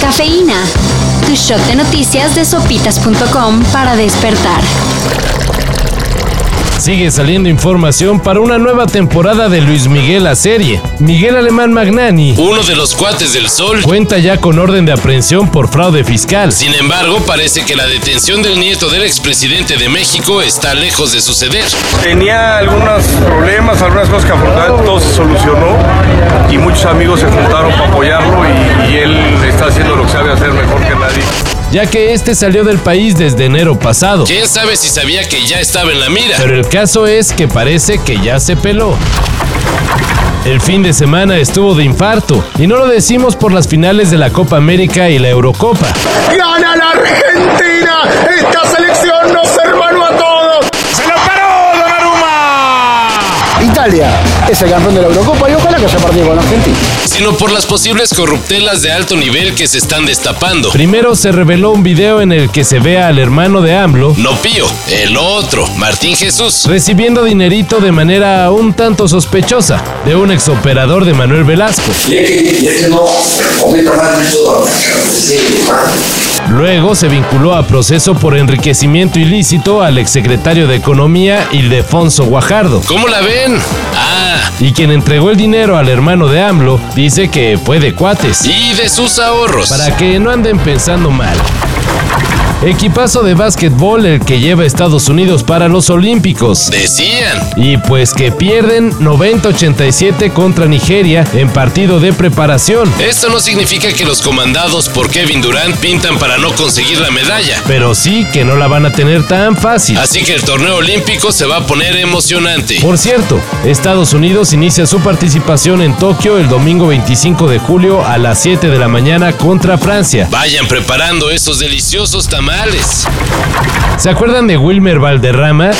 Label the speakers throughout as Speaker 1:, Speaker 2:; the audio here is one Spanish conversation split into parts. Speaker 1: Cafeína. Tu shot de noticias de sopitas.com para despertar.
Speaker 2: Sigue saliendo información para una nueva temporada de Luis Miguel la serie. Miguel Alemán Magnani, uno de los cuates del sol, cuenta ya con orden de aprehensión por fraude fiscal. Sin embargo, parece que la detención del nieto del expresidente de México está lejos de suceder.
Speaker 3: Tenía algunos problemas, algunas cosas que afrontar, todo se solucionó y muchos amigos se juntaron para apoyarlo y, y él está haciendo lo que sabe hacer mejor que nadie.
Speaker 2: Ya que este salió del país desde enero pasado. Quién sabe si sabía que ya estaba en la mira. Pero el caso es que parece que ya se peló. El fin de semana estuvo de infarto, y no lo decimos por las finales de la Copa América y la Eurocopa.
Speaker 4: ¡Gana la Argentina! ¡Esta selección nos hermanó a todos!
Speaker 5: ¡Se lo paró Donnarumma!
Speaker 6: Italia es el campeón de la Eurocopa y ojalá que haya partido con Argentina.
Speaker 2: Sino por las posibles corruptelas de alto nivel que se están destapando. Primero se reveló un video en el que se ve al hermano de AMLO, no Pío, el otro, Martín Jesús, recibiendo dinerito de manera un tanto sospechosa de un exoperador de Manuel Velasco.
Speaker 7: Y es que, y es que no, cometa más de todo. Sí,
Speaker 2: Luego se vinculó a proceso por enriquecimiento ilícito al exsecretario de Economía Ildefonso Guajardo. ¿Cómo la ven? Ah. Y quien entregó el dinero al hermano de AMLO dice que fue de cuates. Y de sus ahorros. Para que no anden pensando mal. Equipazo de básquetbol el que lleva a Estados Unidos para los Olímpicos. Decían. Y pues que pierden 90-87 contra Nigeria en partido de preparación. Esto no significa que los comandados por Kevin Durant pintan para no conseguir la medalla. Pero sí que no la van a tener tan fácil. Así que el torneo olímpico se va a poner emocionante. Por cierto, Estados Unidos inicia su participación en Tokio el domingo 25 de julio a las 7 de la mañana contra Francia. Vayan preparando esos deliciosos tamales. ¿Se acuerdan de Wilmer Valderrama?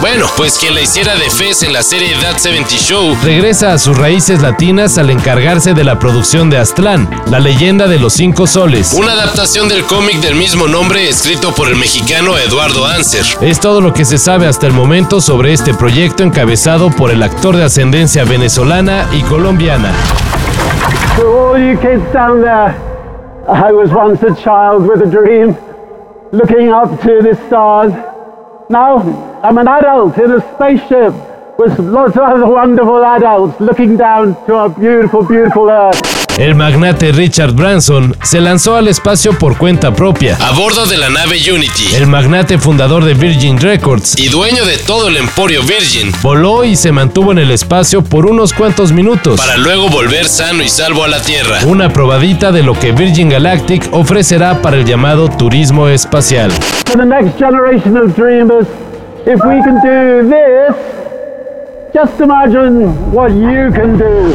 Speaker 2: Bueno, pues quien la hiciera de Fez en la serie That 70 Show regresa a sus raíces latinas al encargarse de la producción de Aztlán, la leyenda de los cinco soles. Una adaptación del cómic del mismo nombre escrito por el mexicano Eduardo Anser. Es todo lo que se sabe hasta el momento sobre este proyecto encabezado por el actor de ascendencia venezolana y colombiana.
Speaker 4: To all Oh, you kids down there, I was once a child with a dream, looking up to the stars. Now I'm an adult in a spaceship with lots of other wonderful adults looking down to our beautiful, beautiful Earth.
Speaker 2: El magnate Richard Branson se lanzó al espacio por cuenta propia, a bordo de la nave Unity. El magnate fundador de Virgin Records y dueño de todo el emporio Virgin, voló y se mantuvo en el espacio por unos cuantos minutos, para luego volver sano y salvo a la Tierra. Una probadita de lo que Virgin Galactic ofrecerá para el llamado turismo espacial.
Speaker 4: For the next generation of dreamers, if we can do this, just imagine what you can do.